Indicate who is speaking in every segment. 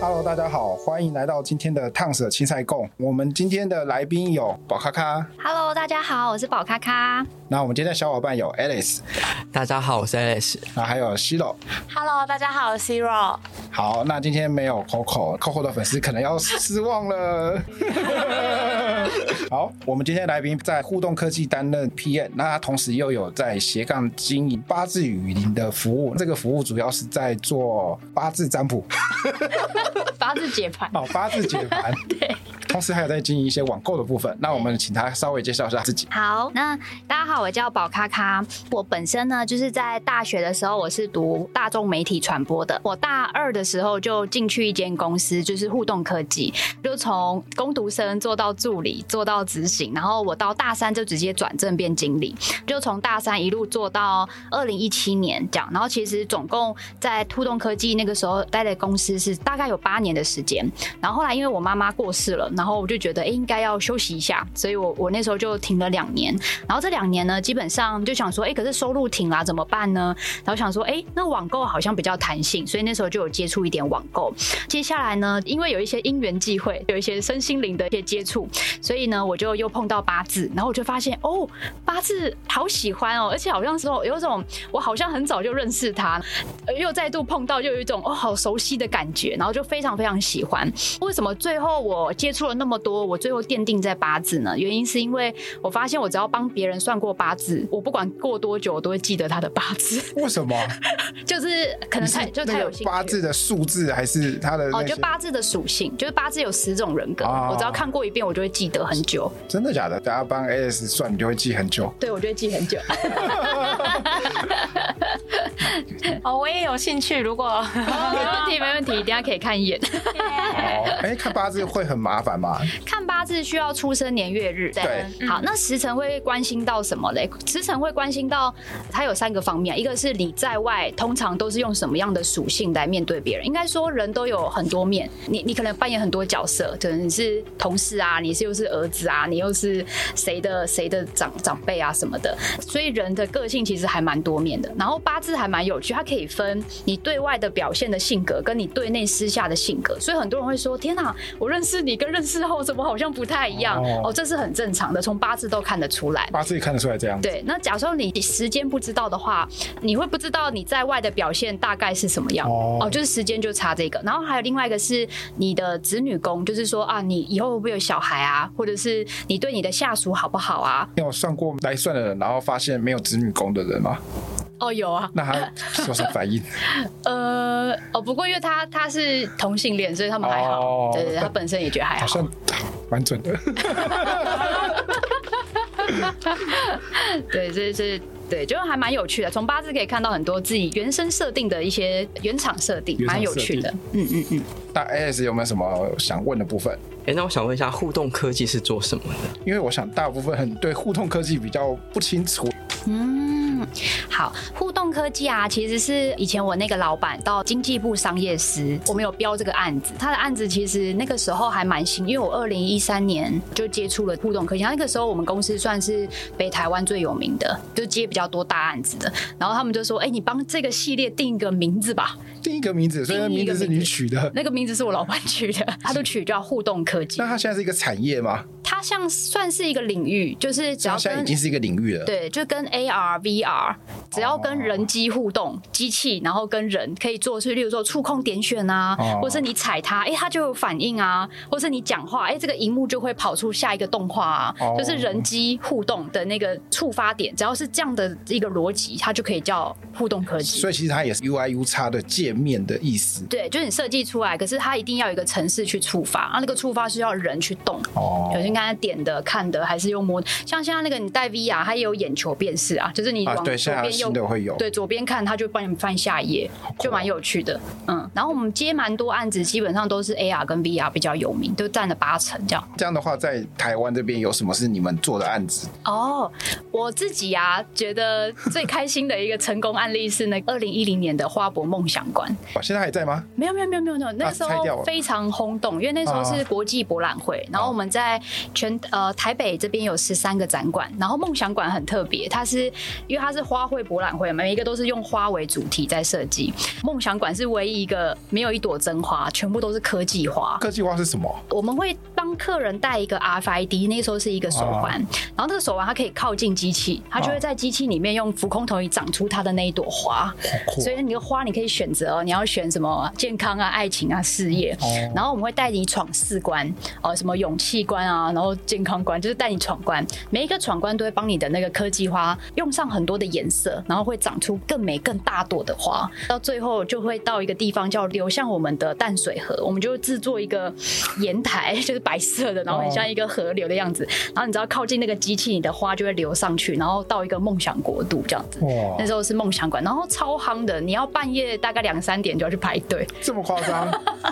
Speaker 1: Hello，大家好，欢迎来到今天的烫舍青菜贡。我们今天的来宾有宝咖咖，
Speaker 2: Hello，大家好，我是宝咖咖。
Speaker 1: 那我们今天的小伙伴有 Alice，
Speaker 3: 大家好，我是 Alex。
Speaker 1: 那还有 Shiro。
Speaker 2: Hello，大家好，我是 Zero。
Speaker 1: 好，那今天没有 Coco，Coco 的粉丝可能要失望了。 好，我们今天来宾在互动科技担任 PM，那他同时又有在斜杠经营八字雨林的服务，这个服务主要是在做八字占卜。
Speaker 2: 八字解盘，
Speaker 1: 哦，八字解盘。对。同时还有在经营一些网购的部分，那我们请他稍微介绍一下自己。
Speaker 2: 好，那大家好，我叫宝咖咖。我本身呢，就是在大学的时候，我是读大众媒体传播的。我大二的时候就进去一间公司，就是互动科技，就从工读生做到助理，做到执行，然后我到大三就直接转正变经理，就从大三一路做到二零一七年这样。然后其实总共在互动科技那个时候待的公司是大概有八年的时间。然后后来因为我妈妈过世了，然后我就觉得哎、诶应该要休息一下，所以我我那时候就停了两年。然后这两年呢，基本上就想说，哎、可是收入停啦，怎么办呢？然后想说，哎、那网购好像比较弹性，所以那时候就有接触一点网购。接下来呢，因为有一些因缘际会，有一些身心灵的一些接触，所以呢，我就又碰到八字，然后我就发现哦，八字好喜欢哦，而且好像说有一种我好像很早就认识他，呃又再度碰到，又有一种哦好熟悉的感觉，然后就非常非常喜欢。为什么最后我接触了那么多，我最后奠定在八字呢？原因是因为我发现我只要帮别人算过八字，我不管过多久，我都会记得他的八字，
Speaker 1: 为什么？
Speaker 2: 就是可
Speaker 1: 你
Speaker 2: 能
Speaker 1: 是
Speaker 2: 太就
Speaker 1: 那
Speaker 2: 太有
Speaker 1: 个
Speaker 2: 兴趣了。
Speaker 1: 八字的数字还是他的
Speaker 2: 哦，
Speaker 1: 那
Speaker 2: 就
Speaker 1: 些
Speaker 2: 八字的属性，就是八字有十种人格，
Speaker 1: 哦
Speaker 2: 我只要看过一遍，我就会记得很久。
Speaker 1: 真的假的？大家帮 AS 算，你就会记很久。
Speaker 2: 对，我就会记很久。
Speaker 4: 哦，我也有兴趣。如果
Speaker 2: 没问题，没问题，等一下可以看一眼。
Speaker 1: 哦，哎、看八字会很麻烦吗？
Speaker 2: 看八字需要出生年月日，
Speaker 1: 对
Speaker 2: 好，那时辰会关心到什么嘞？时辰会关心到它有三个方面，一个是你在外通常都是用什么样的属性来面对别人，应该说人都有很多面，你你可能扮演很多角色，可能你是同事啊，你是又是儿子啊，你又是谁的谁的长长辈啊什么的，所以人的个性其实还蛮多面的。然后八字还蛮有趣，它可以分你对外的表现的性格，跟你对内私下的性格。所以很多人会说：“天哪、我认识你跟认识后怎么好像不太一样？”
Speaker 1: 哦
Speaker 2: 哦，这是很正常的，从八字都看得出来。
Speaker 1: 八字也看得出来这样。
Speaker 2: 对，那假设你时间不知道的话，你会不知道你在外的表现大概是什么样
Speaker 1: 哦
Speaker 2: 哦就是时间就差这个。然后还有另外一个是你的子女宫，就是说啊，你以后会不会有小孩啊，或者是你对你的下属好不好啊？
Speaker 1: 你有算过来算的人，然后发现没有子女宫的人吗？
Speaker 2: 哦，有啊，
Speaker 1: 那他有什么反应？
Speaker 2: 呃，哦，不过因为他他是同性恋，所以他们还好。
Speaker 1: 哦
Speaker 2: 对对对，他本身也觉得还
Speaker 1: 好
Speaker 2: 好。
Speaker 1: 像蛮准的。
Speaker 2: 对，这是对，就还蛮有趣的。从八字可以看到很多自己原生设定的一些原厂设定，
Speaker 1: 原厂
Speaker 2: 蛮有
Speaker 1: 设定
Speaker 2: 趣的。嗯嗯嗯。
Speaker 1: 那 AS 有没有什么想问的部分？
Speaker 3: 哎，那我想问一下，互动科技是做什么的？
Speaker 1: 因为我想大部分人对互动科技比较不清楚。
Speaker 2: 嗯，好，互动科技啊，其实是以前我那个老板到经济部商业司，我们有标这个案子。他的案子其实那个时候还蛮新，因为我二零一三年就接触了互动科技。他那个时候我们公司算是北台湾最有名的，就接比较多大案子的。然后他们就说：“哎、你帮这个系列定一个名字吧。
Speaker 1: 第一个名字，所以那名字是你取”的。
Speaker 2: 那个名字是我老板取的，他就取叫互动科技
Speaker 1: 那。它现在是一个产业吗？
Speaker 2: 它像算是一个领域，就是只
Speaker 1: 它
Speaker 2: 要
Speaker 1: 现在
Speaker 2: 跟
Speaker 1: 已经是一个领域了。
Speaker 2: 对，就跟 AR、VR，只要跟人机互
Speaker 1: 哦
Speaker 2: 动，机器然后跟人可以做出，例如说触控点选啊，
Speaker 1: 哦
Speaker 2: 或是你踩它，哎、它就有反应啊，或是你讲话，哎、这个荧幕就会跑出下一个动画啊，
Speaker 1: 哦
Speaker 2: 就是人机互动的那个触发点，只要是这样的一个逻辑，它就可以叫互动科技
Speaker 1: 所。以其实它也是 UI U 叉的界面的意思。
Speaker 2: 对，就是你设计出来，可是它一定要有一个程式去触发，啊，那个触发是要人去动，
Speaker 1: 哦
Speaker 2: 有应该点的、看的，还是用摸的？像现在那个你戴 VR，它也有眼球辨识啊，就是你
Speaker 1: 啊
Speaker 2: 往
Speaker 1: 对现
Speaker 2: 左
Speaker 1: 在
Speaker 2: 边右
Speaker 1: 新的会有
Speaker 2: 对左边看，它就帮你翻下一页，
Speaker 1: 酷哦
Speaker 2: 就蛮有趣的。嗯，然后我们接蛮多案子，基本上都是 AR 跟 VR 比较有名，都占了八成这样。
Speaker 1: 这样的话，在台湾这边有什么是你们做的案子？
Speaker 2: 哦，我自己啊，觉得最开心的一个成功案例是那二零一零年的花博梦想馆，
Speaker 1: 哦，现在还在吗？
Speaker 2: 没有没有没有没有没有，那时
Speaker 1: 啊拆掉
Speaker 2: 候
Speaker 1: 了啊
Speaker 2: 非常轰动，因为那时候是国际博览会，然后我们在全呃台北这边有十三个展馆，然后梦想馆很特别，它是因为它是花卉博览会，每一个都是用花为主题在设计，梦想馆是唯一一个没有一朵真花，全部都是科 技花，
Speaker 1: 科技化是什么？
Speaker 2: 我们会帮客人戴一个 RFID，那时候是一个手环，
Speaker 1: 啊
Speaker 2: 然后这个手环它可以靠近机器，它就会在机器里面用浮空投影长出它的那一朵花。
Speaker 1: 酷
Speaker 2: 所以你的花你可以选择哦，你要选什么健康啊、爱情啊、事业。然后我们会带你闯四关，哦，什么勇气关啊，然后健康关，就是带你闯关。每一个闯关都会帮你的那个科技花用上很多的颜色，然后会长出更美、更大朵的花。到最后就会到一个地方叫流向我们的淡水河，我们就制作一个岩台，就是白色的，然后很像一个河流的样子。然后你只要靠近那个机器，你的花就会流上去，然后到一个梦想国度这样子。
Speaker 1: 哇
Speaker 2: 那，时候是梦想馆，然后超夯的，你要半夜大概两三点就要去排队。
Speaker 1: 这么夸 张？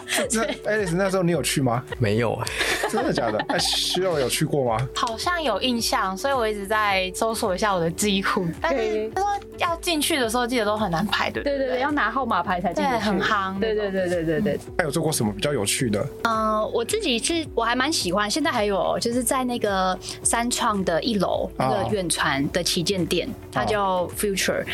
Speaker 1: 这这 Alice 那时候你有去吗？
Speaker 3: 没有哎、
Speaker 1: 真的假的？哎，徐肉有去过吗？
Speaker 4: 好像有印象，所以我一直在搜索一下我的机库。但是他说要进去的时候，记得都很难排队。
Speaker 2: 对对对，要拿号码牌才进得
Speaker 4: 对
Speaker 2: 去
Speaker 4: 很夯
Speaker 2: 对对对对对对。
Speaker 1: 还哎有做过什么比较有趣的？
Speaker 2: 嗯、我自己是我还蛮喜欢，现在还有就是在那个三创的一楼那个远传的旗舰店，它叫 Future，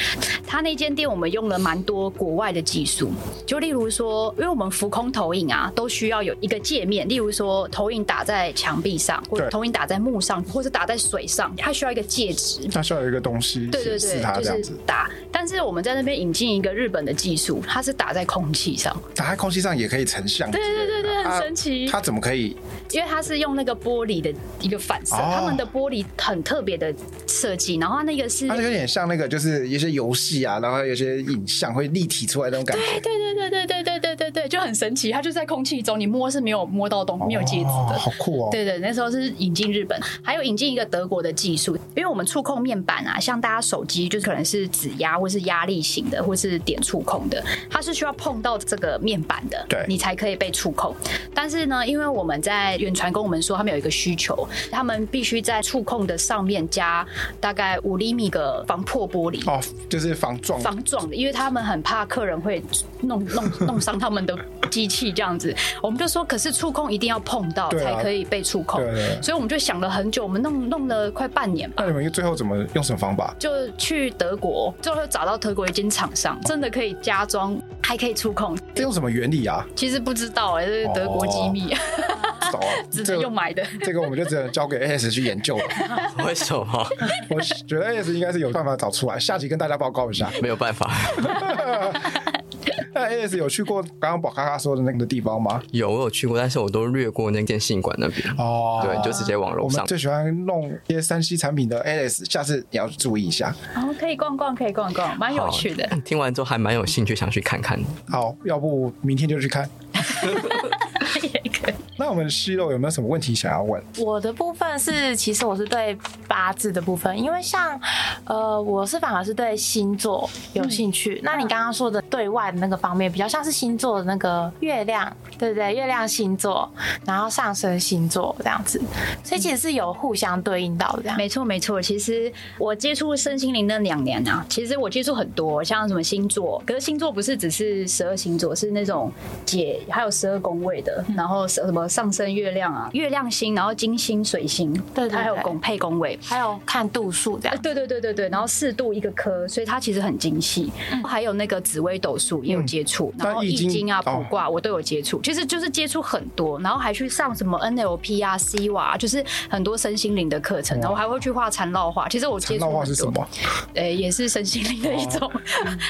Speaker 2: 它那间店我们用了蛮多国外的技术，就例如说，因为我们浮空投影啊，都需要有一个界面，例如说投影打在墙壁上，或者
Speaker 1: 对
Speaker 2: 投影打在木上，或者打在水上，它需要一个介质。
Speaker 1: 它需要有一个东西
Speaker 2: 对对
Speaker 1: 显示它
Speaker 2: 对，
Speaker 1: 这样
Speaker 2: 就
Speaker 1: 子
Speaker 2: 是。打，但是我们在那边引进一个日本的技术，它是打在空气上。
Speaker 1: 打在空气上也可以成像之类
Speaker 2: 对
Speaker 1: 的，
Speaker 2: 对对对，
Speaker 1: 啊
Speaker 2: 很神奇。
Speaker 1: 它怎么可以？
Speaker 2: 因为它是用那个玻璃的一个反射，
Speaker 1: 哦
Speaker 2: 他们的玻璃很特别的设计，然后它那个是。
Speaker 1: 它就有点像那个，就是一些游戏啊，然后有些影像会立体出来那种感觉。
Speaker 2: 对对对对对对对对对，就很神奇，它就在空气中，你摸是没有摸到东，没有介质
Speaker 1: 哦
Speaker 2: 的。
Speaker 1: 好酷哦！
Speaker 2: 对对，那时候是引进日本，还有引进一个德国的技术，因为我们触控面板啊，像大家手机就是可能是指压或是压力型的，或是点触控的，它是需要碰到这个面板的，
Speaker 1: 对
Speaker 2: 你才可以被触控。但是呢，因为我们在远传跟我们说，他们有一个需求，他们必须在触控的上面加大概五厘米的防破玻璃。
Speaker 1: 哦，就是防撞
Speaker 2: 防撞的，因为他们很怕客人会弄 弄弄伤他们的机器这样子。我们就说，可是触控一定要碰到
Speaker 1: 对啊
Speaker 2: 才可以被触控，
Speaker 1: 对对对
Speaker 2: 所以我们就想了很久，我们弄弄了快半年吧
Speaker 1: 那。你们最后怎么用什么方法？
Speaker 2: 就去德国，最后找到德国一间厂商，真的可以加装，还可以触控。
Speaker 1: 这用什么原理啊？
Speaker 2: 其实不知道哎、这是德国机 密，
Speaker 1: 走啊，
Speaker 2: 只
Speaker 1: 这
Speaker 2: 能
Speaker 1: 个
Speaker 2: 用买的。
Speaker 1: 这个我们就只能交给 AS 去研 究了。
Speaker 3: 为什么？
Speaker 1: 我觉得 AS 应该是有办法找出来，下集跟大家报告一 下。
Speaker 3: 没有办法。
Speaker 1: 那 AS 有去过刚刚宝咖咖说的那个地方吗？
Speaker 3: 有我有去过，但是我都略过那间信馆那边。
Speaker 1: 哦
Speaker 3: 对，就直接往
Speaker 1: 我
Speaker 3: 楼
Speaker 1: 们
Speaker 3: 上。
Speaker 1: 最喜欢弄一些三 C 产品的 AS，下次你要注意一下。
Speaker 2: 然哦后可以逛逛，可以逛逛，蛮有趣的。
Speaker 3: 好。听完之后还蛮有兴趣，想去看看的。
Speaker 1: 好，要不明天就去看。 那我们西肉有没有什么问题想要问？
Speaker 4: 我的部分是，其实我是对八字的部分，因为像，呃，我是反而是对星座有兴趣。那你刚刚说的对外的那个方面，比较像是星座的那个月亮，对不对？月亮星座，然后上升星座这样子，所以其实是有互相对应到的这样。
Speaker 2: 没错，没错。其实我接触身心灵那两年啊，其实我接触很多，像什么星座，可是星座不是只是十二星座，是那种解还有十二宫位的，然后什么上升月亮啊、月亮星，然后金星、水星，
Speaker 4: 对对
Speaker 2: 它还有
Speaker 4: 对
Speaker 2: 宫配宫位。
Speaker 4: 还有看度数这
Speaker 2: 啊
Speaker 4: 样，
Speaker 2: 对对对对对，然后四度一个科，所以它其实很精细。还有那个紫微斗数也有接触，
Speaker 1: 嗯那
Speaker 2: 然后
Speaker 1: 易
Speaker 2: 易
Speaker 1: 经
Speaker 2: 经啊、
Speaker 1: 哦
Speaker 2: 卜卦我都有接触，其实就是接触很多，然后还去上什么 NLP 啊、C 瓦，就是很多身心灵的课程，然后还会去画缠绕画。其实我接
Speaker 1: 缠
Speaker 2: 触
Speaker 1: 绕
Speaker 2: 很
Speaker 1: 话
Speaker 2: 多
Speaker 1: 是什么？？
Speaker 2: 呃，也是身心灵的一种，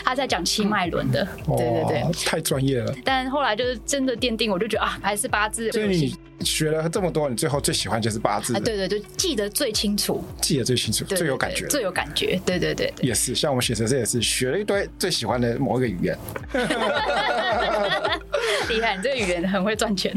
Speaker 2: 他在讲七脉轮的，对对对
Speaker 1: 哇。，哦太专业了。
Speaker 2: 但后来就是真的奠定，我就觉得啊，还是八字
Speaker 1: 所
Speaker 2: 最
Speaker 1: 以
Speaker 2: 有兴趣。
Speaker 1: 你学了这么多，你最后最喜欢就是八字
Speaker 2: 啊，，对对，就记得最清楚，
Speaker 1: 记得最清楚，
Speaker 2: 对
Speaker 1: 最有
Speaker 2: 对
Speaker 1: 感
Speaker 2: 对
Speaker 1: 觉。
Speaker 2: 最有感觉，对对对 对。
Speaker 1: 也是，像我们写程式也是学了一堆最喜欢的某一个语言。
Speaker 2: 厉害，你这个语言很会赚钱。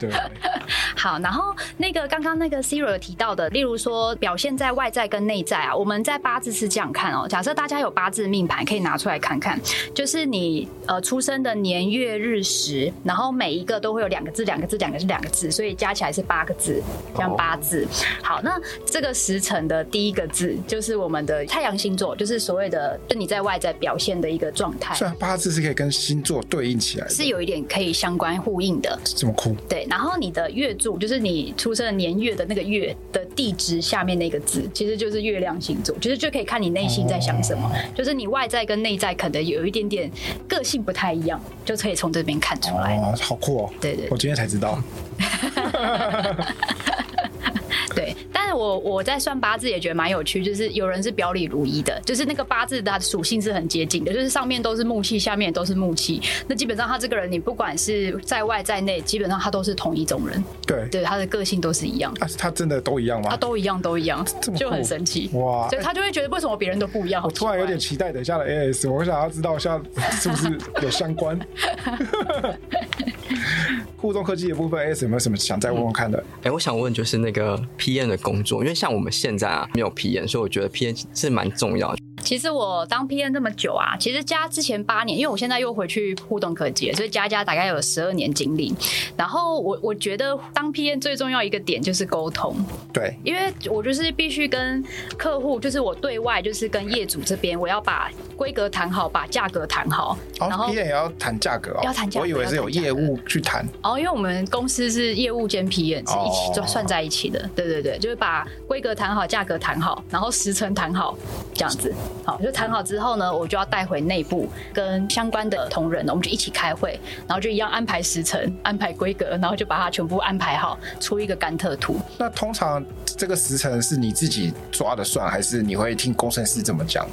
Speaker 1: 对，
Speaker 2: 好，然后那个刚刚那个 Siri 有提到的，例如说表现在外在跟内在啊，我们在八字是这样看哦。假设大家有八字命盘，可以拿出来看看，就是你呃出生的年月日时，然后每一个都会有两个字，两个字，两个字，两个字，所以加起来是八个字，这样八字。好，那这个时辰的第一个字就是我们的太阳星座，就是所谓的就你在外在表现的一个状态
Speaker 1: 虽，然八字是可以跟星座对应起来的，
Speaker 2: 是有一点可以相关呼应的。
Speaker 1: 这么酷，
Speaker 2: 对，然后你的月柱就是你出生的年月的那个月的地支下面那个字，其实就是月亮星座，就是就可以看你内心在想什么，就是你外在跟内在可能有一点点个性不太一样，就可以从这边看出来。
Speaker 1: 哦，好酷哦！
Speaker 2: 对对
Speaker 1: 我今天才知道，
Speaker 2: 对，但是我我在算八字也觉得蛮有趣，就是有人是表里如一的，就是那个八字的它的属性是很接近的，就是上面都是木气，下面也都是木气，那基本上他这个人，你不管是在外在内，基本上他都是同一种人，
Speaker 1: 对，
Speaker 2: 嗯对，他的个性都是一样。
Speaker 1: 啊，他真的都一样
Speaker 2: 他
Speaker 1: 吗？
Speaker 2: 啊都一样，都一样
Speaker 1: 这么，酷
Speaker 2: 就很神奇。
Speaker 1: 哇
Speaker 2: 所以他就会觉得为什么别人都不一样？
Speaker 1: 我突然有点期待等一下的 AS，我想要知道一下是不是有相 关。互动科技的部分，AS 有没有什么想再问问看的？
Speaker 2: 嗯
Speaker 3: 哎、我想问，就是那个 PM 的工作，因为像我们现在啊没有 PM，所以我觉得 PM 是蛮重要的。
Speaker 2: 其实我当 PM 这么久啊，其实加之前八年，因为我现在又回去互动科技了，所以加一加大概有十二年经历。然后我我觉得当 PM 最重要一个点就是沟通，
Speaker 1: 对，
Speaker 2: 因为我就是必须跟客户，就是我对外就是跟业主这边，我要把规格谈好，把价格谈好，
Speaker 1: 哦
Speaker 2: 然后
Speaker 1: ，P 也要谈价格哦，
Speaker 2: 要谈价格
Speaker 1: 我以为是有业务去谈，
Speaker 2: 哦，因为我们公司是业务兼 PM 是一起
Speaker 1: 哦
Speaker 2: 算算在一起的，对对对，就是把规格谈好，价格谈好，然后时程谈好，这样子。好，就谈好之后呢，我就要带回内部跟相关的同仁，我们就一起开会，然后就一样安排时程、安排规格，然后就把它全部安排好，出一个甘特图。
Speaker 1: 那通常这个时辰是你自己抓的算，还是你会听工程师怎么讲？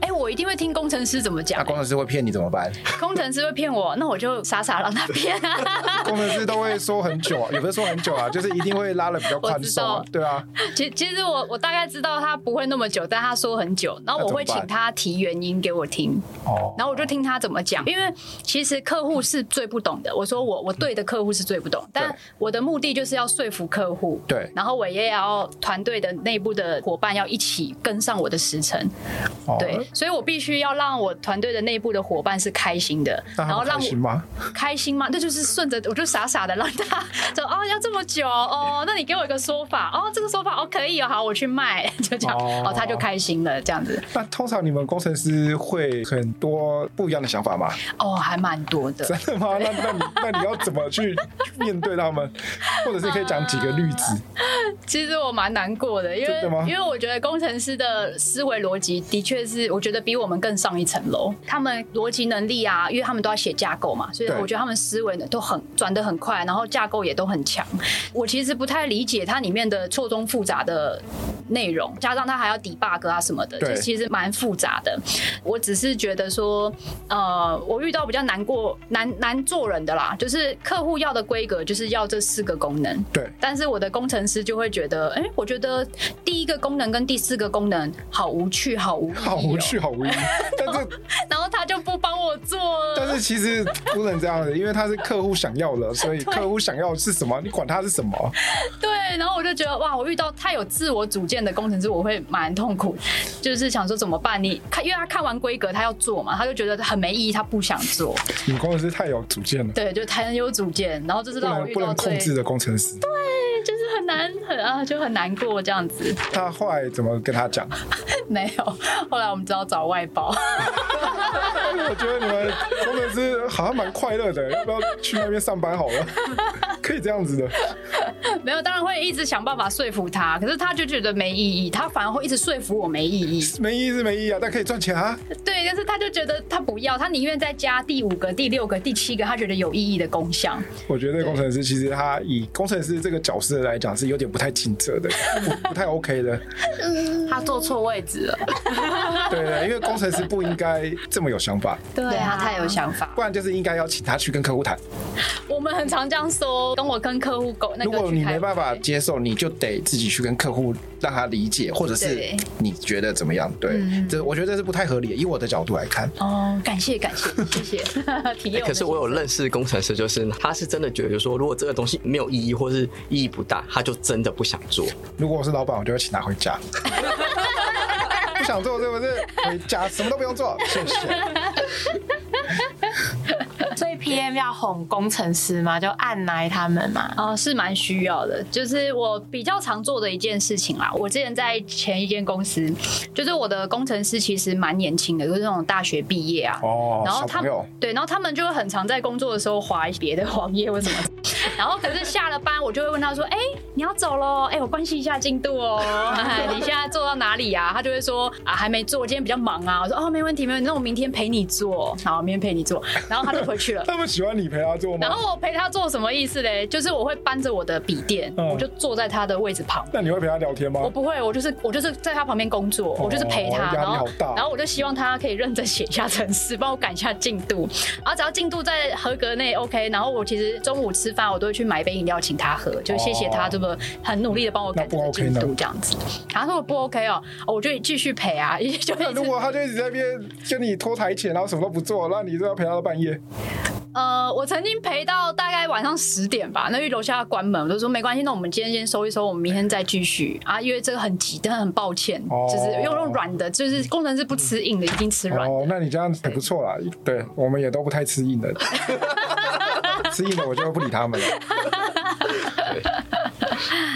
Speaker 2: 哎、我一定会听工程师怎么
Speaker 1: 那
Speaker 2: 讲、欸
Speaker 1: 工程师会骗你怎么办？
Speaker 2: 工程师会骗我，那我就傻傻让他骗、
Speaker 1: 工程师都会说很久啊，也不是说很久啊，就是一定会拉的比较宽松啊
Speaker 2: 我，知
Speaker 1: 对啊，
Speaker 2: 其其实我我大概知道他不会那么久，但他说很久，然后我会
Speaker 1: 那怎么办
Speaker 2: 请他提原因给我听。
Speaker 1: 哦，
Speaker 2: 然后我就听他怎么讲，因为其实客户是最不懂的。我说我我对的客户是最不懂，但我的目的就是要说服客户，
Speaker 1: 对
Speaker 2: 然后我也要团队的内部的伙伴要一起跟上我的时程，
Speaker 1: 哦
Speaker 2: 对，所以我必须要让我团队的内部的伙伴是开心的，
Speaker 1: 那
Speaker 2: 然
Speaker 1: 他
Speaker 2: 后
Speaker 1: 们
Speaker 2: 让
Speaker 1: 开心
Speaker 2: 我
Speaker 1: 吗？
Speaker 2: 开心吗？那就是顺着，我就傻傻的让他说哦，要这么久哦，那你给我一个说法哦，这个说法哦可以哦，好，我去卖， 就这样，
Speaker 1: 哦
Speaker 2: 哦，他就开心了，这样子，
Speaker 1: 那通常你们工程师会很多不一样的想法吗？
Speaker 2: 哦，还蛮多的，
Speaker 1: 真的吗？那那你那你要怎么去面对他 们？或者是可以讲几个例子？
Speaker 2: 啊其实我蛮难过的，因为
Speaker 1: 真的吗
Speaker 2: 因为我觉得工程师的思维逻辑的确是，我觉得比我们更上一层楼。他们逻辑能力啊，因为他们都要写架构嘛，所以
Speaker 1: 对
Speaker 2: 我觉得他们思维呢都很转得很快，然后架构也都很强。我其实不太理解它里面的错综复杂的内容，加上它还要 debug 啊什么的，
Speaker 1: 对
Speaker 2: 就其实蛮复杂的。我只是觉得说，呃，我遇到比较难过、难难做人的啦，就是客户要的规格就是要这四个功能，
Speaker 1: 对，
Speaker 2: 但是我的工程师就会觉得，哎、我觉得第一个功能跟第四个功能好无趣，好无意义、哦
Speaker 1: 好无趣，，好无意义。但是
Speaker 2: 然后他就不帮我做
Speaker 1: 但
Speaker 2: 了。
Speaker 1: 是其实不能这样的，因为他是客户想要的，所以客户想要是什么，你管他是什么。
Speaker 2: 对，然后我就觉得哇，我遇到太有自我主见的工程师，我会蛮痛苦，就是想说怎么办？你看，因为他看完规格，他要做嘛，他就觉得很没意义，他不想做。
Speaker 1: 你们工程师太有主见了，
Speaker 2: 对，就很有主见，然后这是
Speaker 1: 不
Speaker 2: 让我
Speaker 1: 能
Speaker 2: 遇
Speaker 1: 不
Speaker 2: 到
Speaker 1: 能
Speaker 2: 最
Speaker 1: 控制的工程师。
Speaker 2: 就是很难很啊，就很难过这样子。
Speaker 1: 他后来怎么跟他讲？
Speaker 2: 没有，后来我们只好找外包。
Speaker 1: 我觉得你们工程师好像蛮快乐的，要不要去那边上班好 了？可以这样子的。
Speaker 2: 没有，当然会一直想办法说服他，可是他就觉得没意义，他反而会一直说服我没意义。
Speaker 1: 没意义是没意义啊，但可以赚钱啊。
Speaker 2: 对，但是他就觉得他不要，他宁愿再加第五个、第六个、第七个，他觉得有意义的功效。
Speaker 1: 我觉得工程师其实他以工程师这个角色来讲是有点不太尽责的，不不太 OK 的。
Speaker 4: 他坐错位置了，
Speaker 1: 对对，因为工程师不应该这么有想法，
Speaker 4: 对
Speaker 2: 啊对他太有想法。
Speaker 1: 不然就是应该要请他去跟客户谈。
Speaker 2: 我们很常这样说，跟我跟客户沟那
Speaker 1: 如
Speaker 2: 个
Speaker 1: 果
Speaker 2: 去
Speaker 1: 你
Speaker 2: 开
Speaker 1: 没
Speaker 2: 会
Speaker 1: 办法接受，你就得自己去跟客户让他理解，或者是
Speaker 2: 对
Speaker 1: 你觉得怎么样？对，
Speaker 2: 嗯
Speaker 1: 这我觉得这是不太合理的。以我的角度来看，
Speaker 2: 哦，感谢感谢，谢谢 体验
Speaker 3: 欸
Speaker 2: 们
Speaker 3: 可是我有认识工程师，就是他是真的觉得说，如果这个东西没有意义或是意义不大，他就真的不想做。
Speaker 1: 如果我是老板，我就会请他回家。 不想做是不是？回家什么都不用做，谢 谢。
Speaker 4: 所以 PM 要哄工程师嘛，就按来他们嘛。
Speaker 2: 哦，是蛮需要的，就是我比较常做的一件事情啦。我之前在前一间公司，就是我的工程师其实蛮年轻的，就是那种大学毕业啊。
Speaker 1: 哦，
Speaker 2: 然后
Speaker 1: 小
Speaker 2: 他
Speaker 1: 朋
Speaker 2: 们
Speaker 1: 友，
Speaker 2: 对，然后他们就会很常在工作的时候划别的网页或什么。然后可是下了班，我就会问他说：“哎、你要走喽？哎、我关心一下进度哦。 哎，你现在做到哪里呀、啊？”他就会说：“啊，还没做，今天比较忙啊。”我说：“哦，没问题，没问题，那我明天陪你做。好，明天陪你做。”然后他就回 去了。
Speaker 1: 他们喜欢你陪他做
Speaker 2: 然
Speaker 1: 吗？
Speaker 2: 后我陪他做什么意思嘞？就是我会搬着我的笔电，
Speaker 1: 嗯
Speaker 2: 我就坐在他的位置旁。
Speaker 1: 那你会陪他聊天吗哦
Speaker 2: 我？不会，我就是我就是在他旁边工作，我就是陪他，
Speaker 1: 压力
Speaker 2: 然
Speaker 1: 好
Speaker 2: 后
Speaker 1: 大
Speaker 2: 然后我就希望他可以认真写一下程式，帮我赶一下进度。然后只要进度在合格内 OK，然后我其实中午吃饭我都会去买一杯饮料请他喝，就谢谢他这么很努力的帮我赶这个进
Speaker 1: 那不 OK
Speaker 2: 度
Speaker 1: 呢
Speaker 2: 这样子。然后他说不 OK 哦，哦我就继续陪啊， 就
Speaker 1: 那
Speaker 2: 一直
Speaker 1: 如果他就一直在那边跟你拖台前，然后什么都不做，那你就要陪他到半 夜。
Speaker 2: 呃，我曾经陪到大概晚上十点吧，那因为楼下要关门，我就说没关系，那我们今天先收一收，我们明天再继续啊，因为这个很急，真的很抱歉，
Speaker 1: 哦
Speaker 2: 就是用用软的，就是工程师不吃硬的，已经吃软的。
Speaker 1: 哦，那你这样很不错啦。对我们也都不太吃硬的， 吃硬的我就不理他们了。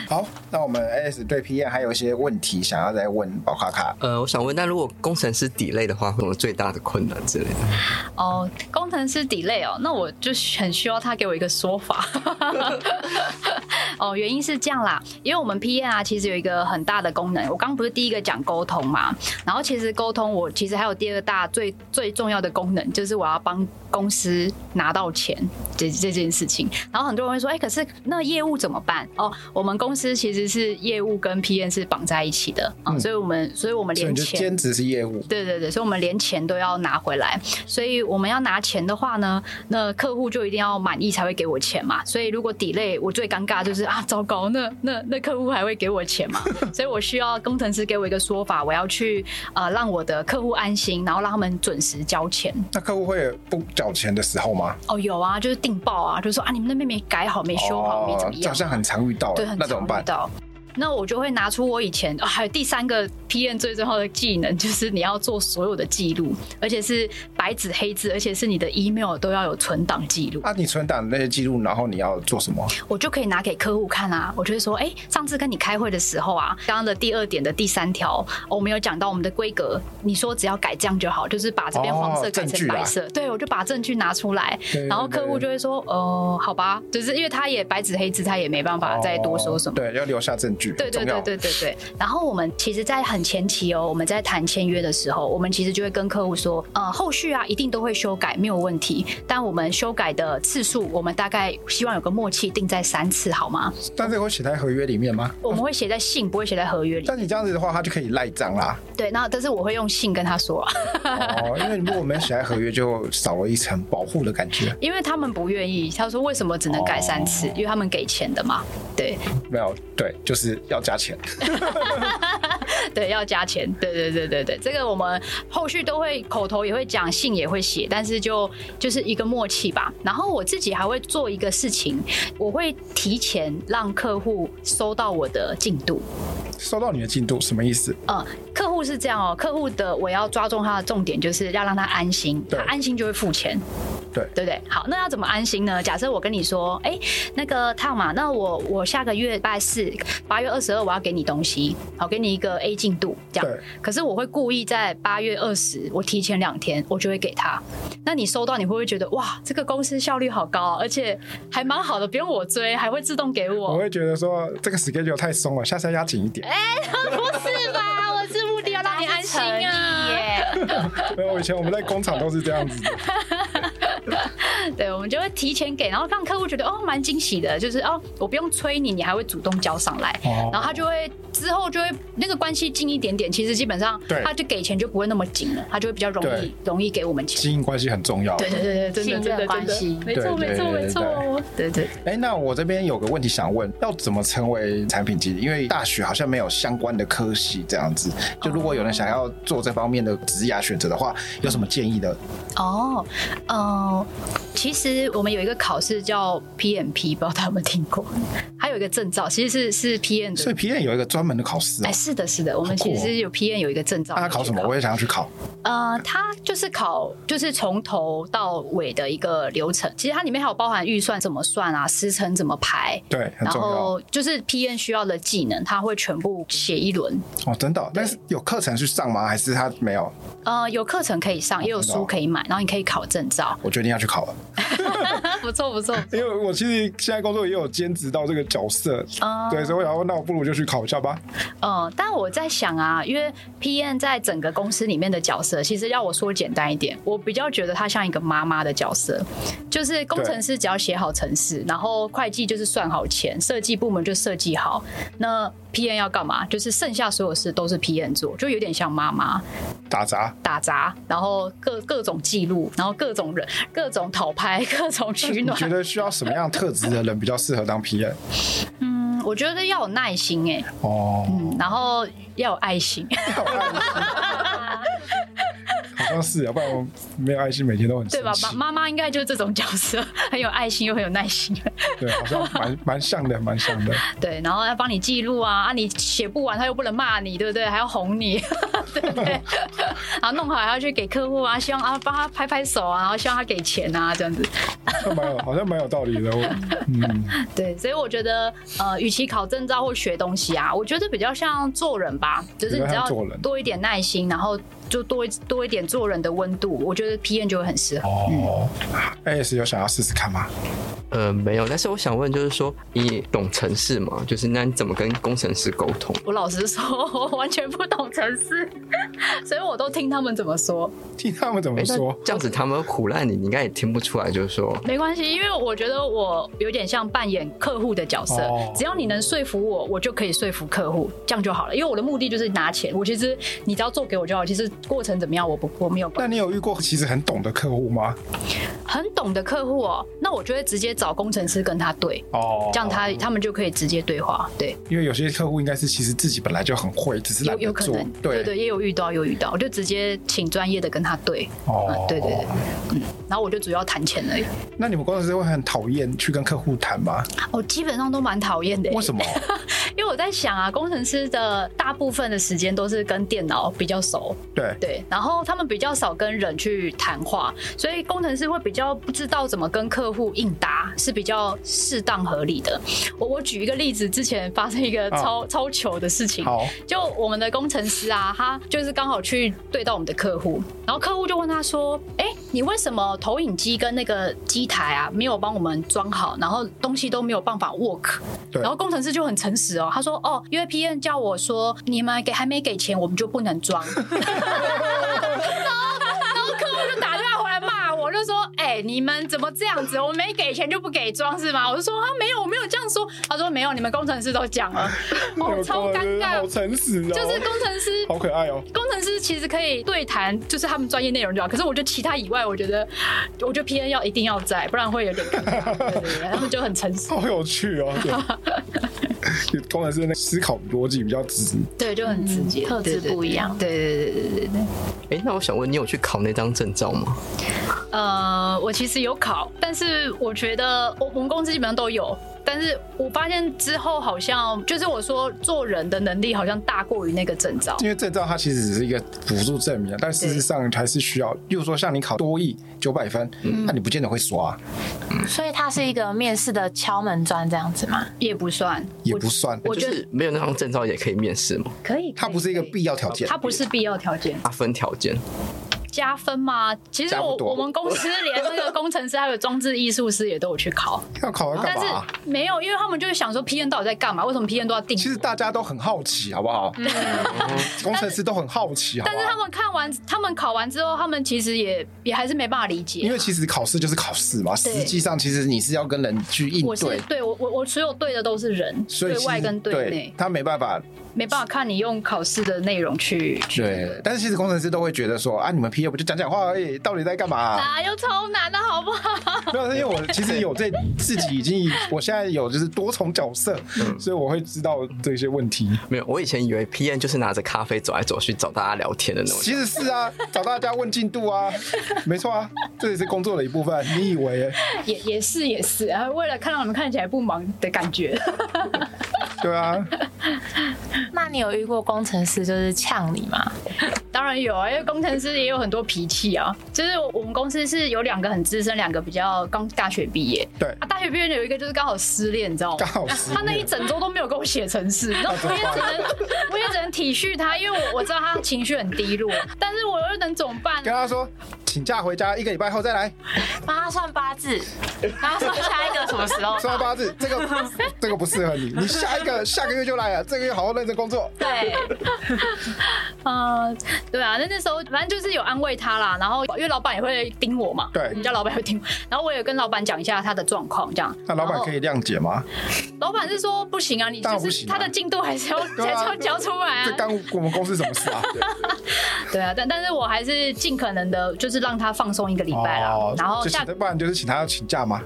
Speaker 1: 好，那我们 AS 对 PM 还有一些问题想要再问宝卡卡。
Speaker 3: 呃，我想问，那如果工程师 delay 的话，会有什么最大的困难之类的？
Speaker 2: 哦，工程师 delay 哦，那我就很需要他给我一个说法。 哦，原因是这样啦，因为我们 PM 啊，其实有一个很大的功能，我刚刚不是第一个讲沟通嘛，然后其实沟通我其实还有第二大最最重要的功能，就是我要帮公司拿到钱这这件事情。然后很多人会说，哎、可是那业务怎么办？哦，我们公司其实是业务跟 PM 是绑在一起的啊、所以我们所以我们
Speaker 1: 嗯所以
Speaker 2: 连
Speaker 1: 你就
Speaker 2: 钱
Speaker 1: 兼职是业务，
Speaker 2: 对对对，所以我们连钱都要拿回来。所以我们要拿钱的话呢，那客户就一定要满意才会给我钱嘛。所以如果 delay，我最尴尬就是啊，糟糕，那那那客户还会给我钱吗？所以我需要工程师给我一个说法，我要去呃让我的客户安心，然后让他们准时交钱。
Speaker 1: 那客户会有不缴钱的时候吗？
Speaker 2: 哦，有啊，就是订报啊，就是说啊，你们那边没改好，没修好，没怎么
Speaker 1: 哦这
Speaker 2: 样
Speaker 1: 好。像很常遇到，
Speaker 2: 对，很
Speaker 1: 那怎
Speaker 2: 常
Speaker 1: 么
Speaker 2: 遇
Speaker 1: 办？
Speaker 2: 到。那我就会拿出我以前，啊、还有第三个 P N 最重要的技能，就是你要做所有的记录，而且是白纸黑字，而且是你的 email 都要有存档记录，
Speaker 1: 啊，你存档那些记录，然后你要做什么？
Speaker 2: 我就可以拿给客户看啊。我就会说，哎、上次跟你开会的时候啊，刚刚的第二点的第三条，哦我们有讲到我们的规格，你说只要改这样就好，就是把这边黄
Speaker 1: 哦
Speaker 2: 色改
Speaker 1: 证据
Speaker 2: 成
Speaker 1: 啊
Speaker 2: 白色，对我就把证据拿出来，
Speaker 1: 对
Speaker 2: 然后客户就会说，呃，好吧，就是因为他也白纸黑字，他也没办法啊
Speaker 1: 哦
Speaker 2: 再多说什么。
Speaker 1: 对，要留下证据，
Speaker 2: 对对
Speaker 1: 重要
Speaker 2: 对对对对。然后我们其实，在很前期哦，我们在谈签约的时候，我们其实就会跟客户说，呃，后续啊一定都会修改，没有问题。但我们修改的次数，我们大概希望有个默契，定在三次，好吗？
Speaker 1: 但这个会写在合约里面吗？
Speaker 2: 我们会写在信，不会写在合约里。
Speaker 1: 但你这样子的话，他就可以赖账 啦。
Speaker 2: 对，那但是我会用信跟他说、 啊，
Speaker 1: 哦，因为如果没有写在合约，就少了一层保护的感觉。
Speaker 2: 因为他们不愿意。他说为什么只能改三次？因为他们给钱的嘛。对
Speaker 1: 没有，对，就是要加钱。
Speaker 2: 对，要加钱。对对对对对，这个我们后续都会口头也会讲，信也会写，但是就就是一个默契吧。然后我自己还会做一个事情，我会提前让客户收到我的进度。
Speaker 1: 收到你的进度什么意思？
Speaker 2: 嗯，客户是这样哦，客户的我要抓中他的重点，就是要让他安心，
Speaker 1: 对
Speaker 2: 他安心就会付钱。
Speaker 1: 对
Speaker 2: 对不对？好，那要怎么安心呢？假设我跟你说，哎，那个烫嘛，那我我下个月拜四，八月二十二我要给你东西，好，给你一个 A 进度这样
Speaker 1: 对。
Speaker 2: 可是我会故意在八月二十，我提前两天，我就会给他。那你收到，你会不会觉得哇，这个公司效率好高，啊而且还蛮好的，不用我追，还会自动给
Speaker 1: 我会觉得说这个 schedule 太松了，下次要压紧一点。
Speaker 2: 哎不是吧？我是目的要让你安心啊。
Speaker 4: 耶！
Speaker 1: 没有，以前我们在工厂都是这样子的。
Speaker 2: 对，我们就会提前给，然后让客户觉得哦蛮惊喜的，就是哦我不用催你，你还会主动交上来，
Speaker 1: 哦
Speaker 2: 然后他就会之后就会那个关系近一点点，其实基本上
Speaker 1: 对
Speaker 2: 他就给钱就不会那么紧了，他就会比较容易
Speaker 1: 对
Speaker 2: 容易给我们钱。
Speaker 1: 经营关系很重要。
Speaker 2: 对对对对，真
Speaker 4: 信
Speaker 2: 的真
Speaker 4: 任
Speaker 2: 的
Speaker 4: 关系
Speaker 2: 真的，没错
Speaker 1: 对
Speaker 2: 没错
Speaker 1: 对
Speaker 2: 没错，对对
Speaker 1: 哎，那我这边有个问题想问，要怎么成为产品经理？因为大学好像没有相关的科系这样子。就如果有人想要做这方面的职涯选择的话，有什么建议的？
Speaker 2: 哦，嗯，其实我们有一个考试叫 PMP，不知道大家有没有听过？还有一个证照，其实是是 PM
Speaker 1: 所以
Speaker 2: 的。
Speaker 1: 皮燕有一个专门的考试啊
Speaker 2: 哎，，是的，是的，我们
Speaker 1: 好酷
Speaker 2: 其
Speaker 1: 哦
Speaker 2: 实有 PM 有一个证照。
Speaker 1: 那他考什么？我也想要去考。
Speaker 2: 呃，它就是考，就是从头到尾的一个流程。其实它里面还有包含预算怎么算啊，时程怎么排，
Speaker 1: 对，很
Speaker 2: 然
Speaker 1: 重要
Speaker 2: 后就是 P N 需要的技能，它会全部写一轮。
Speaker 1: 哦，真的哦。但是有课程去上吗？还是他没有？
Speaker 2: 呃，有课程可以上，也有
Speaker 1: 真的哦。
Speaker 2: 书可以买，然后你可以考证照
Speaker 1: 我决定要去考了，
Speaker 2: 不错不错，
Speaker 1: 因为我其实现在工作也有兼职到这个角色，
Speaker 2: 啊
Speaker 1: 对，所以我想说，那我不如就去考一下吧。
Speaker 2: 嗯，但我在想啊，因为 P N 在整个公司里面的角色，其实要我说简单一点，我比较觉得他像一个妈妈的角色，就是工程师只要写好程式，然后会计就是算好钱，设计部门就设计好，那 P N 要干嘛？就是剩下所有事都是 P N 做，就有点像妈妈。
Speaker 1: 打杂，
Speaker 2: 打杂，然后各各种记录，然后各种人、各种讨拍、各种取
Speaker 1: 你
Speaker 2: 暖
Speaker 1: 觉。得需要什么样特质的人比较适合当皮燕？
Speaker 2: 嗯，我觉得要有耐心哎、
Speaker 1: 哦，
Speaker 2: 嗯，然后要有爱心。
Speaker 1: 好像是啊，不然我没有爱心，每天都很
Speaker 2: 对吧
Speaker 1: 生？气
Speaker 2: 妈妈妈应该就是这种角色，很有爱心又很有耐心。
Speaker 1: 对，好像蛮蛮像的，蛮像的。
Speaker 2: 对，然后要帮你记录啊，啊你写不完他又不能骂你，对不对？还要哄你， 对不对？然后弄好还要去给客户啊，希望啊帮他拍拍手啊，然后希望他给钱啊，这样子。
Speaker 1: 像蛮有，好像蛮有道理的。我嗯，
Speaker 2: 对，所以我觉得，呃，与其考证照或学东西啊，我觉得比较像做人吧，就是你
Speaker 1: 比
Speaker 2: 只
Speaker 1: 较像
Speaker 2: 要
Speaker 1: 做人
Speaker 2: 多一点耐心，然后就多一多一点做人的温度，我觉得 P N 就会很适合。
Speaker 1: 哦，AS 有想要试试看吗？
Speaker 3: 呃，没有。但是我想问，就是说，你懂程式吗？就是那你怎么跟工程师沟通？
Speaker 2: 我老实说，我完全不懂城市， 所以我都听他们怎么说。
Speaker 1: 听他们怎么
Speaker 2: 哎
Speaker 3: 诶那
Speaker 1: 说。
Speaker 3: 这样子他们胡烂你，你应该也听不出来，就是说。
Speaker 2: 没关系，因为我觉得我有点像扮演客户的角色，
Speaker 1: 哦
Speaker 2: 只要你能说服我，我就可以说服客户，这样就好了。因为我的目的就是拿钱，我其实你只要做给我就好，其实过程怎么样我不我没有管。
Speaker 1: 那你有遇过其实很懂的客户吗？
Speaker 2: 很懂的客户哦，那我就会直接找工程师跟他对，
Speaker 1: 哦
Speaker 2: 这样他他们就可以直接对话。对，
Speaker 1: 因为有些客户应该是其实自己本来就很会，只是懒
Speaker 2: 有
Speaker 1: 得
Speaker 2: 有可
Speaker 1: 做
Speaker 2: 能，。
Speaker 1: 对
Speaker 2: 对，也有遇到有遇到，我就直接请专业的跟他对，啊
Speaker 1: 哦，
Speaker 2: 对对对，嗯，然后我就主要谈钱而已。
Speaker 1: 那你们工程师会很讨厌去跟客户谈 吗？
Speaker 2: 我哦基本上都蛮讨厌的，欸
Speaker 1: 为什么？
Speaker 2: 因为我在想啊，工程师的大部分的时间都是跟电脑比较熟，
Speaker 1: 对，
Speaker 2: 对，然后他们比较少跟人去谈话，所以工程师会比较不知道怎么跟客户应答是比较适当合理的。我我举一个例子，之前发生一个
Speaker 1: 啊
Speaker 2: 超、超糗的事情，
Speaker 1: 好，
Speaker 2: 就我们的工程师啊，他就是刚好去对到我们的客户，然后客户就问他说：“哎、你为什么投影机跟那个机台啊没有帮我们装好，然后东西都没有办法 work？”
Speaker 1: 对
Speaker 2: 然后工程师就很诚实哦，他说：“哦，因为 PM 叫我说你们给还没给钱，我们就不能 装。”然后然后客户就打电话回来骂我，就说：“哎、你们怎么这样子？我没给钱就不给装是吗？”我就说：“啊，没有，我没有这样说。”他说：“没有，你们工程师都 讲了。”哦，超尴尬
Speaker 1: 好，诚实哦，
Speaker 2: 就是工程师。
Speaker 1: 好可爱哦。
Speaker 2: 工程师其实可以对谈，就是他们专业内容就好。可是我觉得其他以外，我觉得，我觉得 P N 要一定要在，不然会有点尴尬。对对对，他们就很诚实，
Speaker 1: 好有趣 哦！对，就工程师那思考逻辑比较直，
Speaker 2: 对，就很直接，
Speaker 4: 特质不一样。
Speaker 2: 对。对对对对对对。
Speaker 3: 哎、那我想问，你有去考那张证照吗？
Speaker 2: 呃，我其实有考，但是我觉得我我们公司基本上都有。但是我发现之后好像就是我说做人的能力好像大过于那个证照，
Speaker 1: 因为证照它其实只是一个辅助证明啊，但事实上还是需要，例如说像你考多益九百分，
Speaker 2: 嗯
Speaker 1: 那你不见得会刷，啊
Speaker 4: 所以它是一个面试的敲门砖这样子嘛？
Speaker 2: 也不算，
Speaker 1: 也不算，
Speaker 2: 我
Speaker 3: 就
Speaker 2: 觉得
Speaker 3: 是没有那张证照也可以面试吗？
Speaker 2: 可以。
Speaker 1: 它不是一个必要条件
Speaker 2: 它。不是必要条件。
Speaker 3: 它分条件，
Speaker 2: 加分吗？其实
Speaker 1: 加不
Speaker 2: 我
Speaker 1: 多
Speaker 2: 我们 公司连那个工程师还有装置艺术师也都有去 考，
Speaker 1: 要考要干
Speaker 2: 但是
Speaker 1: 嘛啊？
Speaker 2: 没有，因为他们就是想说 P N 到底在干嘛？为什么 P N 都要定？
Speaker 1: 其实大家都很好奇，好不好？ 工程师都很好奇，好不
Speaker 2: 但是他
Speaker 1: 好？
Speaker 2: 们看完，他们考完之后，他们其实也也还是没办法理解啊、
Speaker 1: 因为其实考试就是考试嘛，
Speaker 2: 对
Speaker 1: 实际上其实你是要跟人去应
Speaker 2: 我是
Speaker 1: 对，
Speaker 2: 对我我我所有对的都是人，
Speaker 1: 所以
Speaker 2: 对
Speaker 1: 其实
Speaker 2: 外跟
Speaker 1: 对
Speaker 2: 内，
Speaker 1: 他没办法
Speaker 2: 没办法看你用考试的内容去去。
Speaker 1: 对。但是其实工程师都会觉得说啊，你们 P A 不就讲讲话而已，到底在干嘛 啊、
Speaker 2: 哪有超难的好不好？
Speaker 1: 没有，因为我其实有这自己已经，我现在有就是多重角色，
Speaker 2: 嗯
Speaker 1: 所以我会知道这些问题。
Speaker 3: 没有，我以前以为 P N 就是拿着咖啡走来走去找大家聊天的那种。
Speaker 1: 其实是啊，找大家问进度啊，没错啊，这也是工作的一部分。你以为？
Speaker 2: 也也是也是啊，为了看到你们看起来不忙的感觉，
Speaker 1: 对啊，
Speaker 4: 那你有遇过工程师就是呛你吗？
Speaker 2: 当然有啊，因为工程师也有很多脾气啊。就是我们公司是有两个很资深，两个比较刚大学毕业。
Speaker 1: 对
Speaker 2: 啊，大学毕业有一个就是刚好失恋，你知道吗？
Speaker 1: 刚好失恋哦
Speaker 2: 他那一整周都没有给我写程式，然后我也只能我也只能体恤他，因为我我知道他情绪很低落，但是我又能怎么办
Speaker 1: 跟？他说请假回家，一个礼拜后再来？
Speaker 4: 帮他算八字，帮他算下一个什么时候
Speaker 1: 算八字。这个这个不适合你，你下一个下个月就来了，这个月好好认真工作。
Speaker 4: 对，
Speaker 2: 呃， 对啊，那那时候反正就是有安慰他啦，然后因为老板也会盯我嘛，
Speaker 1: 对
Speaker 2: 我们家老板会盯我，然后我也跟老板讲一下他的状况，这样。
Speaker 1: 那老板可
Speaker 2: 以，
Speaker 1: 以谅解吗？
Speaker 2: 老板是说不行啊，你
Speaker 1: 当然
Speaker 2: 就
Speaker 1: 不
Speaker 2: 是
Speaker 1: 行啊
Speaker 2: 他的进度还是要、
Speaker 1: 对
Speaker 2: 还
Speaker 1: 啊
Speaker 2: 是要交出来
Speaker 1: 这
Speaker 2: 啊。
Speaker 1: 干我们公司什么事啊？
Speaker 2: 对啊，但但是我还是尽可能的，就是让他放 松一个礼拜啦，然后
Speaker 1: 哦就
Speaker 2: 下
Speaker 1: 请他不然就是请他要请假吗？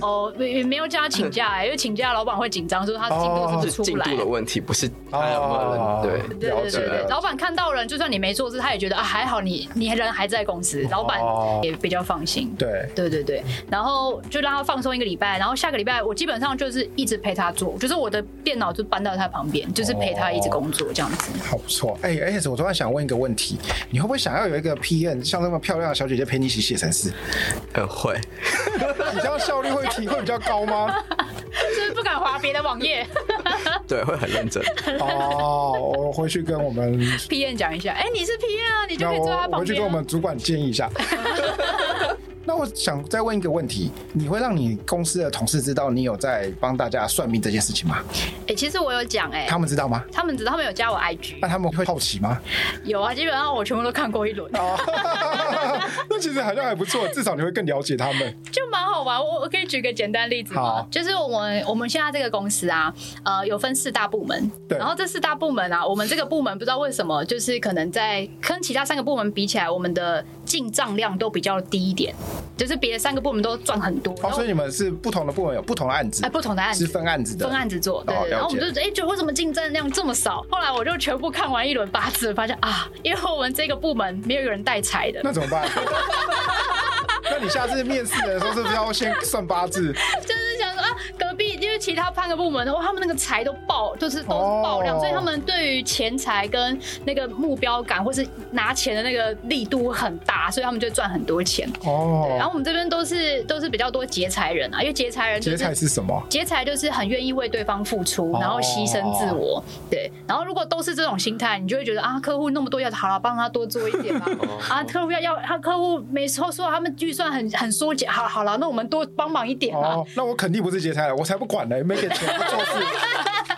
Speaker 2: 哦也没有叫他请假、欸，因为请假老板会紧张，说他的进
Speaker 1: 哦
Speaker 2: 度是不
Speaker 3: 是
Speaker 2: 是出
Speaker 3: 进
Speaker 2: 来。
Speaker 3: 度的问题，不是他有没有人对。
Speaker 2: 对
Speaker 1: 了
Speaker 2: 对
Speaker 1: 解
Speaker 2: 对对，
Speaker 1: 了
Speaker 2: 老板看到人，就算你没做事，他也觉得啊还好你你人还在公司，老板
Speaker 1: 哦
Speaker 2: 也比较放心。
Speaker 1: 解。对，
Speaker 2: 对对对，然后就让他放松一个礼拜，然后下个礼拜我基本上就是一直陪他做，就是我的电脑就搬到他旁
Speaker 1: 哦
Speaker 2: 边，就是陪他一直工作这样子。
Speaker 1: 好不错。哎、而且我突然想问一个问题，你会不会想要有一个 PM 像这么漂亮的小姐姐陪你一起写程式？
Speaker 3: 很会，
Speaker 1: 你这样效率会提会比较高 吗？
Speaker 2: 就是不敢划别的网 页。
Speaker 3: 对，会很认真。
Speaker 1: 哦，我回去跟我们，
Speaker 2: P N 讲一下，哎，你是 P N 啊，你就
Speaker 1: 那
Speaker 2: 可以坐在
Speaker 1: 我
Speaker 2: 他
Speaker 1: 我
Speaker 2: 旁
Speaker 1: 回去
Speaker 2: 边
Speaker 1: 跟
Speaker 2: 啊、
Speaker 1: 我们主管建议一 下。那我想再问一个问题，你会让你公司的同事知道你有在帮大家算命这件事情吗？
Speaker 2: 哎，其实我有讲哎、
Speaker 1: 他们知道吗？
Speaker 2: 他们知道他们有加我 IG，
Speaker 1: 那他们会好奇吗？
Speaker 2: 有啊，基本上我全部都看过一轮，
Speaker 1: 哦，那其实好像还不错，至少你会更了解他们。
Speaker 2: 就蛮好玩。我我可以举个简单例子吗
Speaker 1: 好？啊
Speaker 2: 就是我们我们现在这个公司啊，呃，有分四大部门，
Speaker 1: 对
Speaker 2: 然后这四大部门啊，我们这个部门不知道为什么，就是可能在跟其他三个部门比起来，我们的进账量都比较低一点，就是别的三个部门都赚很多。
Speaker 1: 哦，
Speaker 2: 然后
Speaker 1: 所以你们是不同的部门有不同的案子
Speaker 2: 哎，，不同的案
Speaker 1: 是
Speaker 2: 子。
Speaker 1: 分案子的，
Speaker 2: 分案子做，对
Speaker 1: 哦
Speaker 2: 对，
Speaker 1: 了
Speaker 2: 然后我们
Speaker 1: 解
Speaker 2: 就哎，就为什么进账量这么少？后来我就全部看完一轮八字，发现啊，因为我们这个部门没有一个人带财的，
Speaker 1: 那怎么 办？那你下次面试的时候是不是要先算八字？
Speaker 2: 就是想说啊，隔壁因为其他八个部门的话，他们那个财都爆，就是都是爆量，
Speaker 1: 哦
Speaker 2: 所以他们对于钱财跟那个目标感，或是拿钱的那个力度很大，所以他们就赚很多钱。对，然
Speaker 1: 哦，
Speaker 2: 后我们这边都是都是比较多劫财人啊，因为劫财人就
Speaker 1: 劫财
Speaker 2: 是。
Speaker 1: 是什么？
Speaker 2: 劫财就是很愿意为对方付出，
Speaker 1: 哦
Speaker 2: 然后牺牲自我，对。然后如果都是这种心态，你就会觉得啊，客户那么多要好了，帮他多做一点 吧。
Speaker 1: 哦
Speaker 2: 啊，客户要要，他客户没说说他们预算很很缩减，好好了，那我们多帮忙一点啊。
Speaker 1: 哦，那我肯定不是劫财了，我才不管呢，没给 钱不做事。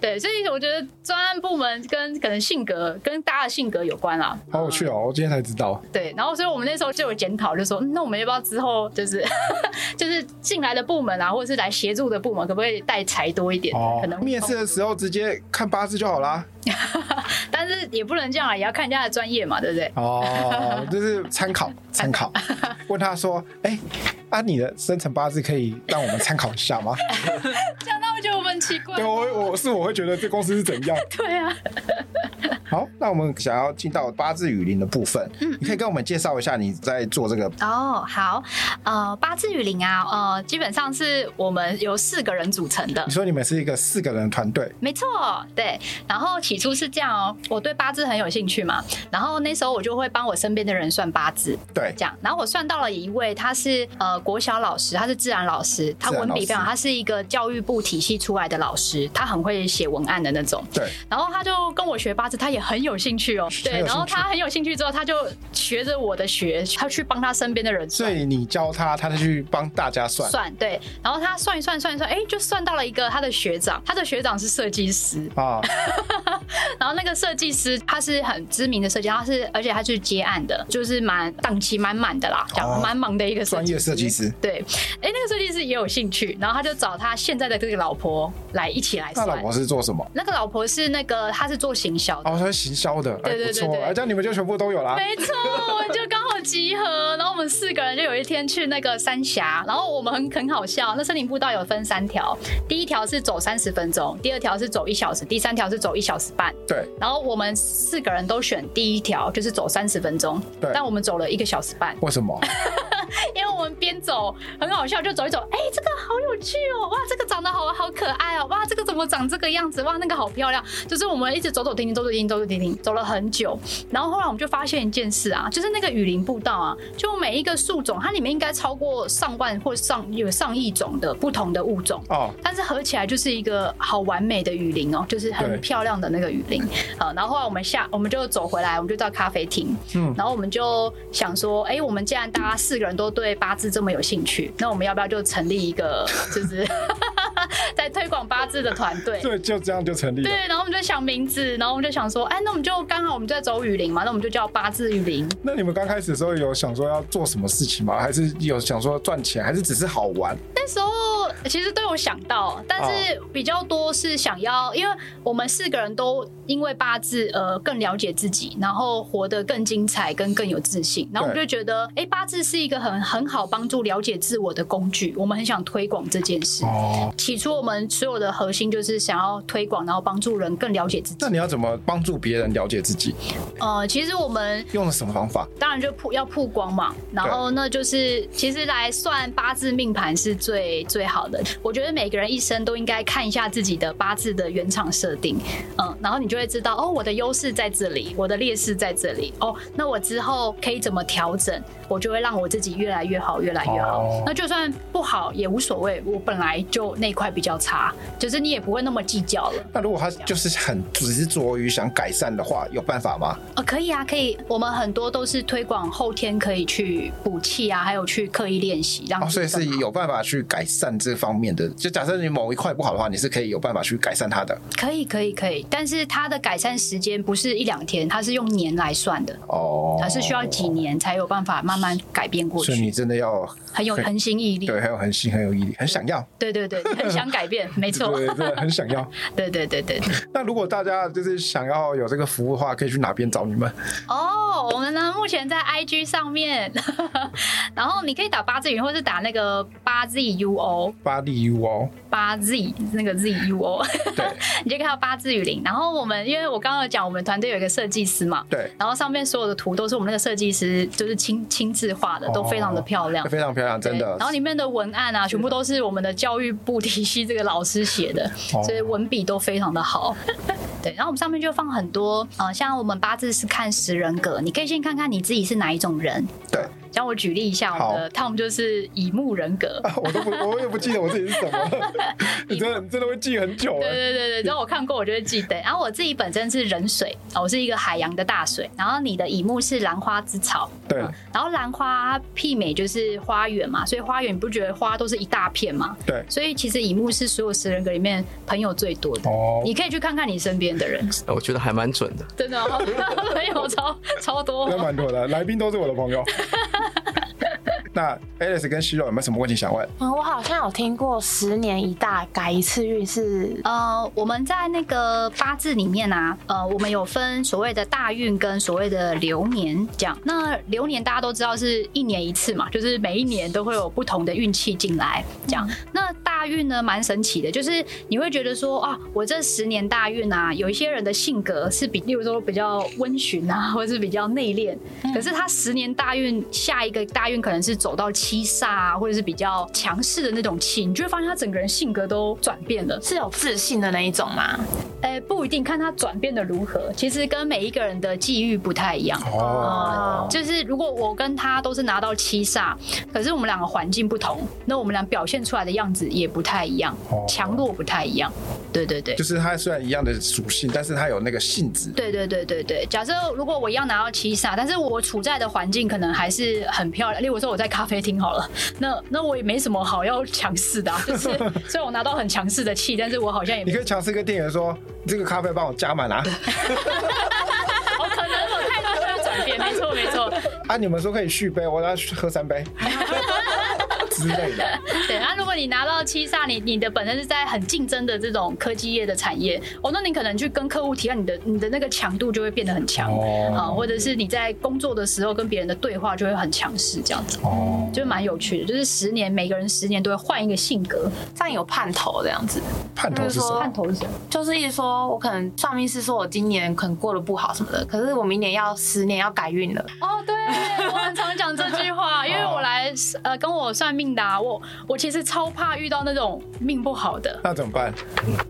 Speaker 2: 对，所以我觉得专案部门跟可能性格跟大家的性格有关啦。
Speaker 1: 好有趣哦，我今天才知道。
Speaker 2: 对，然后所以我们那时候就有检讨，就说、嗯那我们要不要之后就是 就是进来的部门啊，或者是来协助的部门，可不可以带财多一点？
Speaker 1: 哦
Speaker 2: 可能，
Speaker 1: 面试，的时候直接看八字就好啦。
Speaker 2: 但是也不能这样啊，也要看人家的专业嘛，对不对？
Speaker 1: 哦，就是参考参考。问他说，哎，啊，你的生辰八字可以让我们参考一下 吗？
Speaker 2: 这样他们觉得我们很奇怪
Speaker 1: 对，。我我是我会觉得这公司是怎样。
Speaker 2: 对啊，
Speaker 1: 好，那我们想要进到八字雨林的部分，
Speaker 2: 嗯
Speaker 1: 你可以跟我们介绍一下你在做这个
Speaker 2: 哦，好，呃，八字雨林啊，呃，基本上是我们由四个人组成的
Speaker 1: 你，说你们是一个四个人的团队，
Speaker 2: 没错，对。然后起初是这样哦，我对八字很有兴趣嘛，然后那时候我就会帮我身边的人算八字，
Speaker 1: 对
Speaker 2: 这样。然后我算到了一位，他是呃国小老师，他是自然老师，他
Speaker 1: 自然
Speaker 2: 文
Speaker 1: 老
Speaker 2: 笔非常，
Speaker 1: 师
Speaker 2: 他是一个教育部体系出来的老师，他很会写文案的那种。
Speaker 1: 对，
Speaker 2: 然后他就跟我学八字，他也也很有兴趣哦。对，
Speaker 1: 很有兴趣
Speaker 2: 然后他很有兴趣之后，他就学着我的学，他去帮他身边的人
Speaker 1: 所
Speaker 2: 算
Speaker 1: 以你教他，他再去帮大家算。
Speaker 2: 算，对，然后他算一算算一算，哎，就算到了一个他的学长，他的学长是设计师，
Speaker 1: 啊，
Speaker 2: 然后那个设计师他是很知名的设计，他是而且他是接案的，就是蛮档期蛮满的啦，讲
Speaker 1: 哦
Speaker 2: 蛮忙的一个
Speaker 1: 专业设计 师，
Speaker 2: 对，哎、那个设计师也有兴趣，然后他就找他现在的这个老婆来一起来
Speaker 1: 那
Speaker 2: 算。
Speaker 1: 老婆是做什么？
Speaker 2: 那个老婆是那个，她是做行销的。
Speaker 1: 哦，他是行销的，哎，
Speaker 2: 对对
Speaker 1: 不
Speaker 2: 对
Speaker 1: 错，
Speaker 2: 对
Speaker 1: 哎，这样你们就全部都有啦。
Speaker 2: 没错，我们就刚好集合，然后我们四个人就有一天去那个三峡，然后我们很很好笑。那森林步道有分三条，第一条是走三十分钟，第二条是走一小时，第三条是走一小时半。
Speaker 1: 对，
Speaker 2: 然后我们四个人都选第一条，就是走三十分钟
Speaker 1: 对，
Speaker 2: 但我们走了一个小时半。
Speaker 1: 为什么？
Speaker 2: 因为我们边走很好笑，就走一走，哎、这个好有趣哦，哇，这个长得好好可爱哦，哇，这个怎么长这个样子，哇，那个好漂亮，就是我们一直走走停停，走走停停，走走停停，走了很久。然后后来我们就发现一件事啊，就是那个雨林步道啊，就每一个树种，它里面应该超过上万或上有上亿种的不同的物种。
Speaker 1: 哦，
Speaker 2: 但是合起来就是一个好完美的雨林哦，就是
Speaker 1: 对
Speaker 2: 很漂亮的那个雨林。好，然后后来我们下，我们就走回来，我们就到咖啡厅，
Speaker 1: 嗯
Speaker 2: 嗯，然后我们就想说，哎、我们既然大家四个人都对八字这么有兴趣，那我们要不要就成立一个，就是 在推广八字的团队？
Speaker 1: 对，就这样就成立了。
Speaker 2: 对，然后我们就想名字，然后我们就想说，哎、那我们就刚好我们就在走雨林嘛，那我们就叫八字雨林。
Speaker 1: 那你们刚开始的时候有想说要做什么事情吗？还是有想说赚钱，还是只是好玩？
Speaker 2: 那时候其实都有想到，但
Speaker 1: 哦
Speaker 2: 是比较多是想要，因为我们四个人都因为八字呃更了解自己，然后活得更精彩，跟更有自信。然后我们
Speaker 1: 对
Speaker 2: 就觉得，哎、八字是一个很很好帮助了解自我的工具，我们很想推广这件事。
Speaker 1: 哦，
Speaker 2: 起初我们所有的核心就是想要推广，然后帮助人更了解自己
Speaker 1: 那。你要怎么帮助别人了解自己？
Speaker 2: 呃，其实我们
Speaker 1: 用了什么方法？
Speaker 2: 当然就曝要曝光嘛，然后那就是其实来算八字命盘是最最好的。我觉得每个人一生都应该看一下自己的八字的原厂设定，嗯，然后你就会知道哦，我的优势在这里，我的劣势在这里，哦，那我之后可以怎么调整，我就会让我自己越来越好，越来越好。
Speaker 1: 哦
Speaker 2: 那就算不好也无所谓，我本来就那块比较差，就是你也不会那么计较了。
Speaker 1: 那如果他就是很执着于想改善的话，有办法吗？
Speaker 2: 哦，可以啊，可以。我们很多都是推广后天可以去补气啊，还有去刻意练习，让
Speaker 1: 哦，
Speaker 2: 自
Speaker 1: 所以
Speaker 2: 己更
Speaker 1: 是
Speaker 2: 好、
Speaker 1: 有办法去改善这方面的。就假设你某一块不好的话，你是可以有办法去改善它的。
Speaker 2: 可以，可以，可以。但是它的改善时间不是一两天，它是用年来算的，
Speaker 1: 哦，
Speaker 2: 它是需要几。年才有办法慢慢改变过
Speaker 1: 所以你
Speaker 2: 去，
Speaker 1: 真的要
Speaker 2: 很有恒心毅力。
Speaker 1: 对，很有恒心，很有毅力，很想要，
Speaker 2: 对对对，很想改变，没错。
Speaker 1: 对，真的很想要。
Speaker 2: 对 对对对。对
Speaker 1: 那如果大家就是想要有这个服务的话，可以去哪边找你们？
Speaker 2: 哦，我们呢目前在 IG 上面， 然后你可以打八字云，或是打那个八 ZUO
Speaker 1: 巴黎 U 哦，
Speaker 2: 八 Z 那个 ZUO。
Speaker 1: 对
Speaker 2: 你就看到八字雨林。然后我们，因为我刚刚有讲，我们团队有一个设计师嘛，
Speaker 1: 对，
Speaker 2: 然后上面所有的图都是我们那个设计师就是亲亲自画的，都非常的漂亮。
Speaker 1: 非常漂哦亮，真
Speaker 2: 哦对
Speaker 1: 的。
Speaker 2: 然后里面的文案啊，全部都是我们的 教育部体系这个老师写的，
Speaker 1: 哦
Speaker 2: 所以文笔都非常的好。 对，然后我们上面就放很多，呃，像我们八字是看十人格，你可以先看看你自己是哪一种人。
Speaker 1: 对，
Speaker 2: 像我举例一下，我们的 Tom 就是乙木人格，
Speaker 1: 啊 我都不，我也不记得我自己是什 么。你真的，你真的会记很久
Speaker 2: 对
Speaker 1: 哎。
Speaker 2: 对对对，只要我看过，我就会记得。然后我自己本身是人水，哦我是一个海洋的大水。然后你的乙木是兰花之草，
Speaker 1: 对
Speaker 2: 然后兰花它媲美就是花园嘛，所以花园你不觉得花都是一大片吗？
Speaker 1: 对，
Speaker 2: 所以其实乙木是所有十人格里面朋友最多的。
Speaker 1: 哦，
Speaker 2: 你可以去看看你身边的人，
Speaker 3: 呃我觉得还蛮准的。
Speaker 2: 真的、哦， 朋友超超多哦
Speaker 1: 那。蛮多的，来宾都是我的朋 友。那 Alice 跟希柔有没有什么问题想问？
Speaker 4: 嗯，我好像有听过十年一大改一次运是
Speaker 2: 呃，我们在那个八字里面啊，呃，我们有分所谓的大运跟所谓的流年这样。那流年大家都知道是一年一次嘛，就是每一年都会有不同的运气进来这样。那大运呢，蛮神奇的，就是你会觉得说啊，我这十年大运啊，有一些人的性格是比，例如说比较温驯啊，或者是比较内敛，可是他十年大运下一个大运可能是走走到七煞啊，或者是比较强势的那种气，你就会发现他整个人性格都转变了。
Speaker 4: 是有自信的那一种吗？
Speaker 2: 哎、不一定看他转变的如何，其实跟每一个人的际遇不太一样。
Speaker 1: 哦，
Speaker 2: 就是如果我跟他都是拿到七煞，可是我们两个环境不同，那我们俩表现出来的样子也不太一样
Speaker 1: 哦，
Speaker 2: 强弱不太一样。对对对
Speaker 1: 就。是它虽然一样的属性，但是它有那个性质。
Speaker 2: 对对对对对，假设如果我一样拿到七煞，但是我处在的环境可能还是很漂亮，例如说我在咖啡厅好了，那那我也没什么好要强势的、啊， 就是虽然我拿到很强势的气，但是我好像也
Speaker 1: 你
Speaker 2: 没
Speaker 1: 可以强势跟店员说：“这个咖啡帮我加满啊
Speaker 2: 有哦可能我态度会有转变，没错没错，！”
Speaker 1: 啊，你们说可以续杯，我要喝三杯之类的。
Speaker 2: 对，那如果你拿到七煞，你你的本身是在很竞争的这种科技业的产业，哦，那你可能去跟客户提案，你的你的那个强度就会变得很强
Speaker 1: 哦
Speaker 2: 啊、或者是你在工作的时候跟别人的对话就会很强势，这样子
Speaker 1: 哦，
Speaker 2: 就蛮有趣的。就是十年，每个人十年都会换一个性格，
Speaker 4: 这样有盼头这样子，
Speaker 1: 盼头
Speaker 4: 哎
Speaker 1: 是什么？
Speaker 2: 看头是什么？
Speaker 4: 就是一直说我可能算命师说我今年可能过得不好什么的，可是我明年要十年要改运了，
Speaker 2: 哦， 对，我很常讲这句话，因为我来呃跟我算命的、啊，我我其实超怕遇到那种命不好的，
Speaker 1: 那怎么办？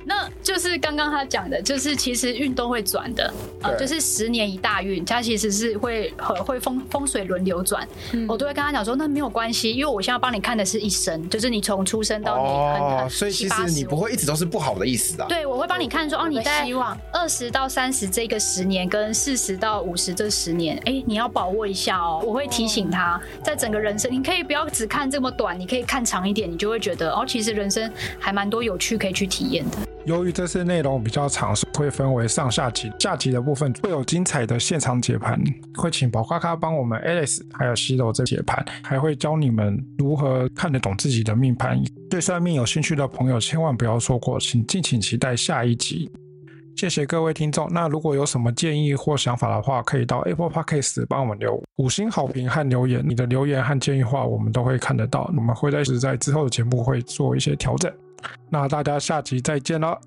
Speaker 2: 那就是刚刚他讲的，就是其实运都会转的，呃，
Speaker 1: 对
Speaker 2: 就是十年一大运，它其实是会呃会风风水轮流转。
Speaker 1: 嗯
Speaker 2: 我都会跟他讲说，那没有关系，因为我现在帮你看的是一生，就是你从出生到你很
Speaker 1: 哦，
Speaker 2: 很
Speaker 1: 所以其
Speaker 2: 七八
Speaker 1: 实
Speaker 2: 十
Speaker 1: 你不会一直都是不好的意思啊。
Speaker 2: 对，我会帮你看说，哦，
Speaker 4: 有
Speaker 2: 你
Speaker 4: 个
Speaker 2: 在
Speaker 4: 希望
Speaker 2: 二十到三十这个十年，跟四十到五十这十年，哎，你要把握一下哦。我会提醒他，在整个人生，你可以不要只看这么短，你可以看长一点，你就会觉得，哦，其实人生还蛮多有趣可以去体验的。
Speaker 5: 由于这次内容比较长，所以会分为上下集。下集的部分会有精彩的现场解盘，会请宝咖咖帮我们 Alice 还有西楼这解盘，还会教你们如何看得懂自己的命盘。对算命有兴趣的朋友千万不要错过，请敬请期待下一集。谢谢各位听众。那如果有什么建议或想法的话，可以到 Apple Podcast 帮我们留五星好评和留言。你的留言和建议话，我们都会看得到。我们会在在之后的节目会做一些调整。那大家下集再见了。